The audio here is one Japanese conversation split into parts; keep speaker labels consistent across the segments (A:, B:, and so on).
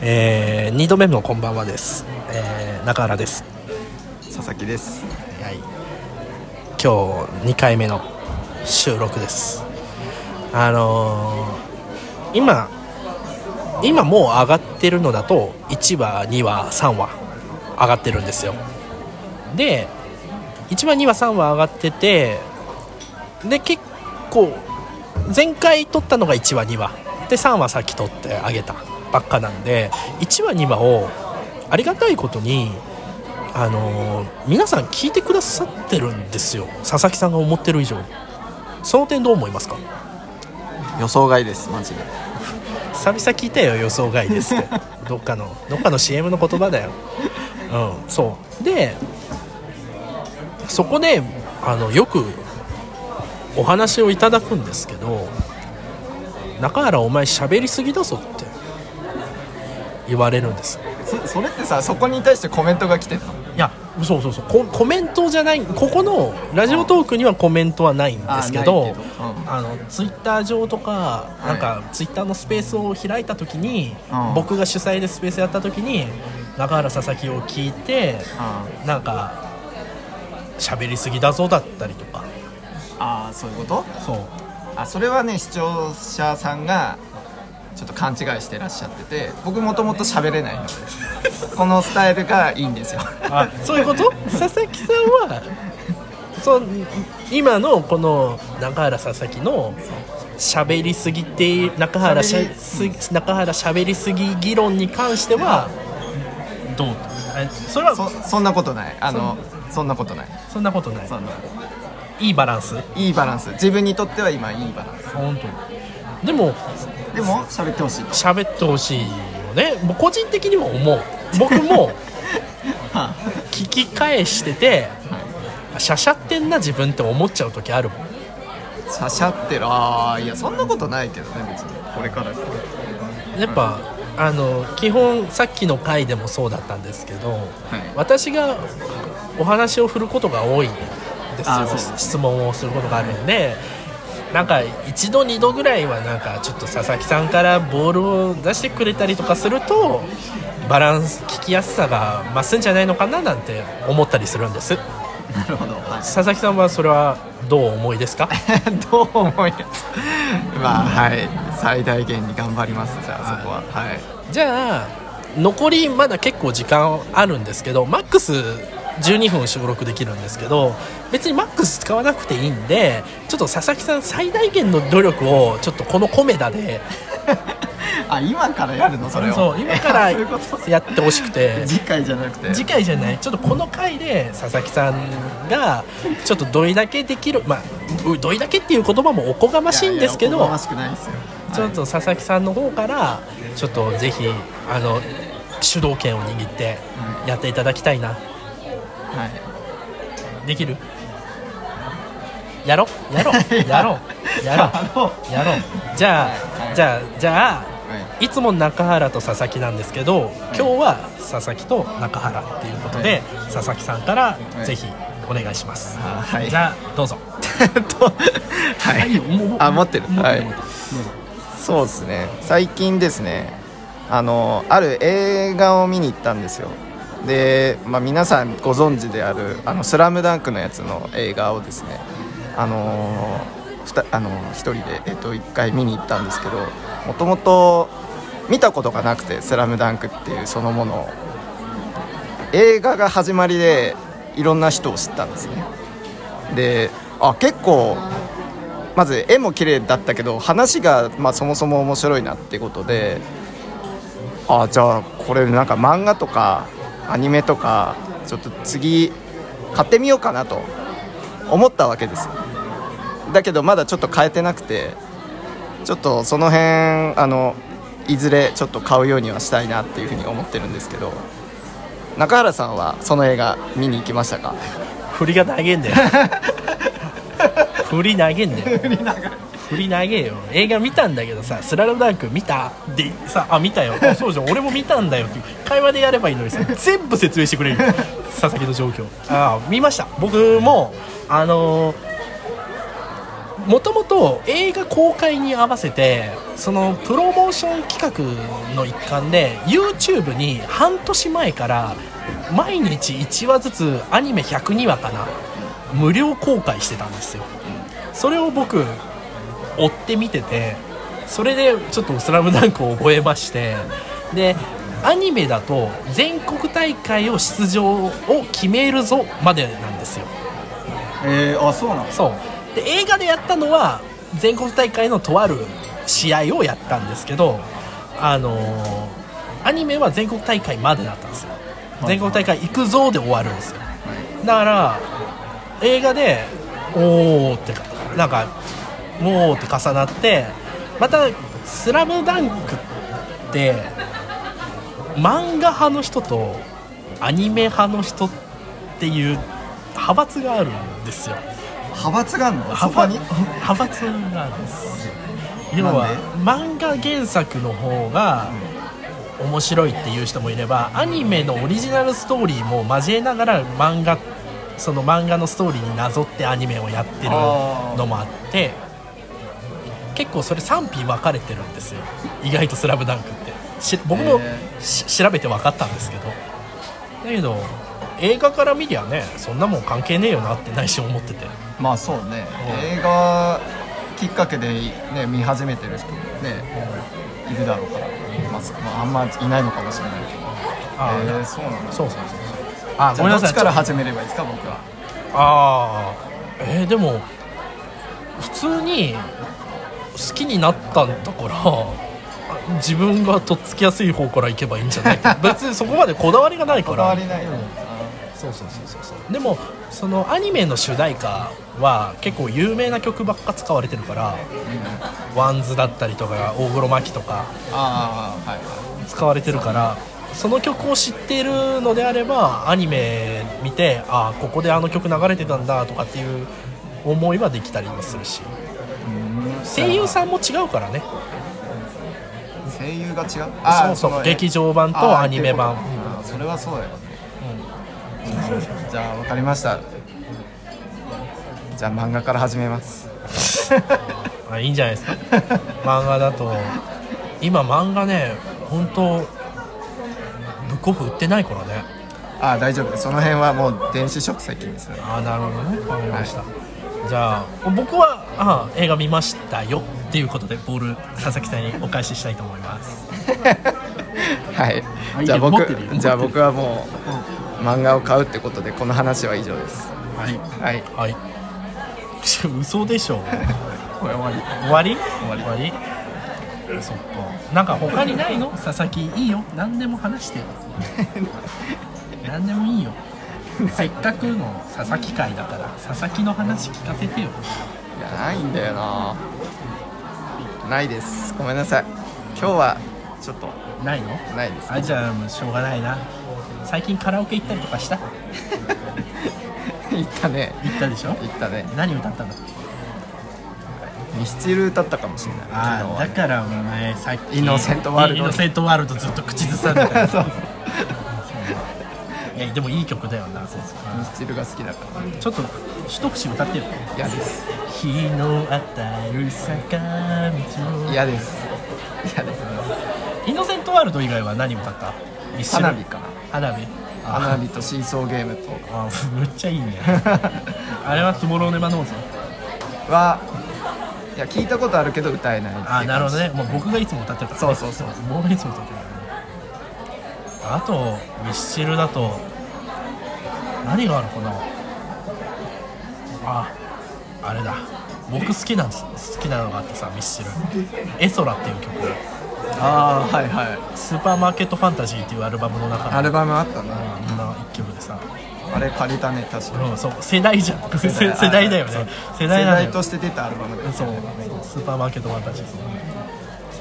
A: えー、2度目のこんばんはです、えー中原です
B: 佐々木です
A: はい、今日2回目の収録ですあのー今今もう上がってるのだと1話2話3話上がってるんですよで1話2話3話上がっててで結構前回撮ったのが1話2話で3話さっき撮ってあげたばっかなんで1話2話をありがたいことにあのー皆さん聞いてくださってるんですよ佐々木さんが思ってる以上その点どう思いますか
B: 予想外ですマジで
A: 久々聞いたよ予想外ですってどっかの どっかの CM の言葉だようんそうでそこであのよくお話をいただくんですけど「中原お前喋りすぎだぞ」って言われるんです
B: そそれってさそこに対してコメントが来てた
A: いやそうそうそうココメントじゃないここのラジオトークにはコメントはないんですけ
B: あな
A: ど
B: いけどうん
A: あのツイッター上とか
B: い
A: なんかツイッターのスペースを開いた時に、
B: うん
A: 僕が主催でスペースやった時に中原佐々木を聞いて
B: あ
A: なんか喋りすぎだぞだったりとか
B: あーそういうこと
A: そう
B: あそれはね視聴者さんがちょっと勘違いしてらっしゃってて僕もともと喋れ ないのでこのスタイルがいいん ですよ
A: あそういうこと佐々木さんはそう今のこの中原佐々木の喋りすぎて中原しゃ
B: 喋り
A: す中原喋りすぎ議論に関してはどうあそれは
B: そ
A: そ
B: そんなことないあのそんなことない
A: んなことない
B: そんない
A: いバランス
B: いいバランス自分にとっては今いいバラン
A: 本当でも
B: スでも喋ってほしいと
A: 喋ってほしいよねもう個人的にも思う僕も
B: は
A: 聞き返してて
B: はい
A: しゃしゃってんな自分って思っちゃう時あるもん
B: しゃしゃってるああいやそんなことないけどね別にこれからです
A: やっぱ、あの基本さっきの回でもそうだったんですけど、
B: い
A: 私がお話を振ることが多いんです
B: あ
A: よ
B: ーそうです
A: 質問をすることがあるんで、なんか一度二度ぐらいはなんかちょっと佐々木さんからボールを出してくれたりとかするとバランス聞きやすさが増すんじゃないのかななんて思ったりするんです
B: なるほど、はい
A: 佐々木さんはそれはどうお思いですか
B: どう思いますまあはい最大限に頑張りますじゃあそこははい
A: じゃあ残りまだ結構時間あるんですけどマックス12分収録できるんですけど別にマックス使わなくていいんでちょっと佐々木さん最大限の努力をちょっとこのコメダで
B: あ今からやるのそれを
A: そう今から
B: そういうこと
A: やってほしくて
B: 次回じゃなくて
A: 次回じゃないちょっとこの回で佐々木さんがちょっとどれだけできるまあうどれだけっていう言葉もおこがましいんですけど
B: いやいやおこがましくないですよ
A: ちょっと佐々木さんの方からちょっとぜひあの主導権を握ってやっていただきたいな
B: はい
A: できるやろや ろやろやろやろじゃ
B: は
A: あ
B: い
A: じゃあじゃあ
B: はい
A: いつも中原と佐々木なんですけど今
B: い
A: 日は佐々木と中原っていうことで佐々木さんから
B: い
A: ぜひお願いします
B: あはい
A: じゃあどうぞ
B: えっ とはい
A: もう
B: あ持ってる
A: 持って
B: は
A: る
B: い
A: 持って
B: そうですね最近ですねあのある映画を見に行ったんですよで、まあ、皆さんご存知である「あのスラムダンクのやつの映画をですねあのふたあの一人で、えっと、一回見に行ったんですけどもともと見たことがなくて「スラムダンクっていうそのものを映画が始まりでいろんな人を知ったんですねであ結構まず絵も綺麗だったけど話がまあそもそも面白いなってことであじゃあこれなんか漫画とかアニメとかちょっと次買ってみようかなと思ったわけですだけどまだちょっと買えてなくてちょっとその辺あのいずれちょっと買うようにはしたいなっていうふうに思ってるんですけど中原さんはその映画見に行きましたか
A: 振りが投げんだよ振り投げんだよ振り投げよ映画見たんだけどさ「スラムダンク見た?」でさ「あ見たよあそうじゃん俺も見たんだよ」っていう会話でやればいいのにさ全部説明してくれるよ佐々木の状況ああ見ました僕もあのーもともと映画公開に合わせてそのプロモーション企画の一環で YouTube に半年前から毎日1話ずつアニメ102話かな無料公開してたんですよそれを僕追って見ててそれでちょっと「スラムダンクを覚えましてでアニメだと全国大会を出場を決めるぞまでなんですよ
B: えー、あそうなんです
A: そうで映画でやったのは全国大会のとある試合をやったんですけどあのーアニメは全国大会までだったんですよ
B: い
A: 全国大会行くぞで終わるんですよだから映画でおおってかなんかもうって重なってまた「スラムダンクって漫画派の人とアニメ派の人っていう派閥があるんですよ
B: 派閥があるの
A: 派
B: そこに
A: 閥派閥なんです要は漫画原作の方が面白いっていう人もいればアニメのオリジナルストーリーも交えながら漫画その漫画のストーリーになぞってアニメをやってるのもあって結構それ賛否分かれてるんですよ意外と「スラムダンクってし僕も
B: へ
A: し調べて分かったんですけどだけど映画から見りゃねそんなもん関係ねえよなって内心思ってて
B: まあそうね映画きっかけで、ね、見始めてる人もねいるだろうから、まあまあ、あんまいないのかもしれないけど
A: ああ
B: えー、そうなんだ
A: そうそうそうそうあごめんなさい
B: じゃあどっちから
A: ちょっ
B: 始めればいいですか僕は
A: とああえーでも普通に好きになったんだからあ自分がとっつきやすい方から行けばいいんじゃ ないか別にそこまでこだわりがないか
B: こだわ
A: ら
B: りないように
A: そうそうそうそうそうでもそのアニメの主題歌は結構有名な曲ばっか使われてるからワンズだったりとか大黒摩季とか
B: ああはいは
A: 使われてるからその曲を知っているのであればアニメ見てああここであの曲流れてたんだとかっていう思いはできたりもするし
B: い
A: 声優さんも違うからね
B: ん声優が違う
A: そうそう劇場版とアニメ版
B: あーそれはそうだよね、うんじゃあ分かりましたじゃあ漫画から始めます
A: あいいんじゃない ですか漫画だと今漫画ね本当ブックオフ売ってないからね
B: ああ大丈夫ですその辺はもう電子書籍で すね
A: ああなるほどねわかりました、じゃあ僕はああ映画見ましたよっていうことでボール佐々木さんにお返ししたいと思います
B: はい
A: い
B: じゃあ
A: 持っ
B: 僕
A: てるよ
B: じゃあ僕はもう漫画を買うってことでこの話は以上です
A: はい
B: はい
A: はい嘘でしょ
B: これ終わり
A: 終わり終
B: わり
A: そっかなんか他にないの佐々木いいよ何でも話 してよ何でもいいよせっかくの佐々木会だから佐々木の話聞かせてよ
B: いやないんだよなないですごめんなさい今日はちょっと
A: ないの
B: ないです
A: あじゃあもうしょうがないな最近カラオケ行ったりとかした
B: 行ったね
A: 行ったでしょ
B: 行ったね
A: 何歌ったの
B: ミスチル歌ったかもしれない昨
A: あ
B: 日
A: あだからお前さっき
B: イノセントワールド
A: イノセントワールドずっと口ずさんでた
B: は
A: よ
B: そう
A: いやでもいい曲だよなそうそう
B: ミスチルが好きだか
A: ちょっと一口歌ってよ
B: ら嫌です
A: 日の当たる坂道
B: 嫌です嫌です
A: イノセントワールド以外は何歌った一緒に
B: 花火かな
A: 花火あ
B: 花火とシーソーゲームと
A: あむっちゃいい ねあれはトゥモローネマノーズ
B: はいや聞いたことあるけど歌えないっていう感
A: あ
B: じ
A: なるほどねもう僕がいつも歌ってるから、ね、
B: そうそうそう
A: 僕がいつも歌ってるからねあとミスチルだと何があるかなああれだ僕好きなんです好きなのがあってさミスチル「エソラ」っていう曲
B: ああはいはい
A: スーパーマーケットファンタジーっていうアルバムの中の
B: アルバムあったな
A: あんな一曲でさ、
B: あれ借りたね確か
A: うん、そう世代じゃん世
B: 代
A: 世代だよね
B: そう
A: 世
B: 世
A: 代なんだよ
B: 代として出たアルバムだよ
A: そうスーパーマーケットファンタジーそうそう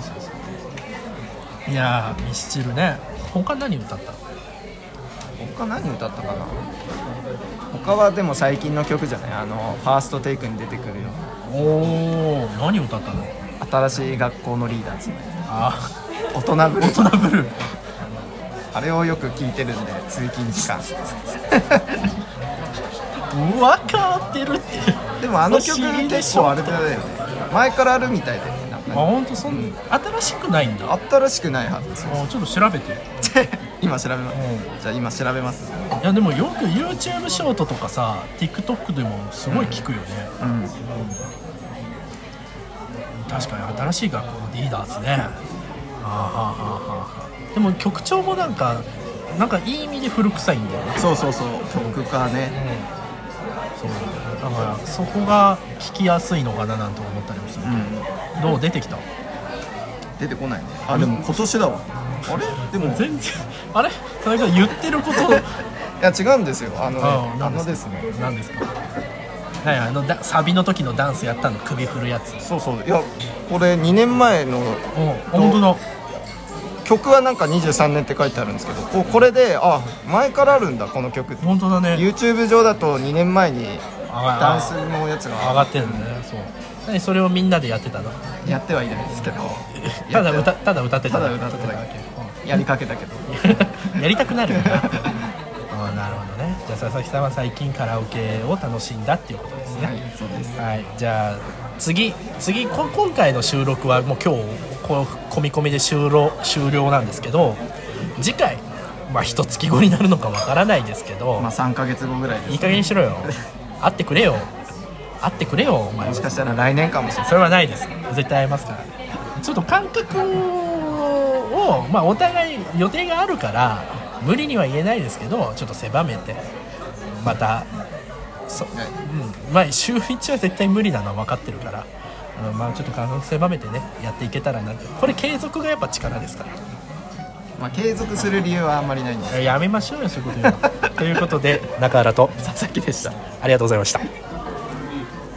A: そうそういやーミスチルね他何歌ったの
B: 他何歌ったかな他はでも最近の曲じゃないあのファーストテイクに出てくるよ
A: おお何歌ったの
B: 新しい学校のリーダーズ
A: あ
B: 大人ぶり
A: ートラブル
B: あれをよく聞いてるんで通勤時間
A: 分かってるって
B: でもあの曲結構あれだよね前からあるみたいだよねなん
A: あ
B: かね
A: 本当そん新しくないんだ
B: あ
A: あ
B: ったらしくないはずですよ
A: ちょっと調べて
B: 今調べます、
A: う
B: じゃあ今調べます
A: いやでもよく YouTube ショートとかさ TikTok でもすごい聞くよね、
B: うん
A: 確かに新しい学校のリーダーズねああああああでも曲調もなんかなんかいい意味で古臭いんだよね
B: そうそうそう曲かね
A: そうだからそこが聞きやすいのかななんて思ったりもする
B: う、ん
A: どう出てきた
B: 出てこないねあでも今年だわあれでもい
A: 全然あれそれが言ってること
B: や違うんですよあのね
A: あ
B: あ
A: なん
B: のですね
A: 何ですかはいあのだサビの時のダンスやったの首振るやつ
B: そうそういやこれ2年前の
A: お本当だ
B: 曲はなんか23年って書いてあるんですけどこうこれであ前からあるんだこの曲って
A: 本当だね
B: YouTube 上だと2年前にダンスのやつ
A: 上
B: が
A: がってるねそう何それをみんなでやってたの
B: やってはいないです けど
A: ただ歌ただ歌ってた
B: ただ歌ってただけやりかけたけど
A: うんやりたくなるよ なあーなるほどねじゃあ佐々木さんは最近カラオケを楽しんだっていうことですね
B: はいそうです
A: はい、じゃあ次次こ今回の収録はもう今日こう込み込みで終了終了なんですけど次回まあ一月後になるのかわからないですけど、
B: まあ3ヶ月後ぐらいです
A: いい加減にしろよ会ってくれよ会ってくれよお前
B: もし
A: は
B: かしたら来年かもしれない
A: それはないです絶対会えますからちょっと感覚を、まあ、お互い予定があるから無理には言えないですけどちょっと狭めてまたそ、うんまあ、週1は絶対無理なのは分かってるから、うんまあ、ちょっと感覚狭めてねやっていけたらなってこれ継続がやっぱ力ですから
B: まあ継続する理由はあんまりないんで す
A: やめましょうよそういうこと言うのということで中原と
B: 佐々木でした
C: ありがとうございました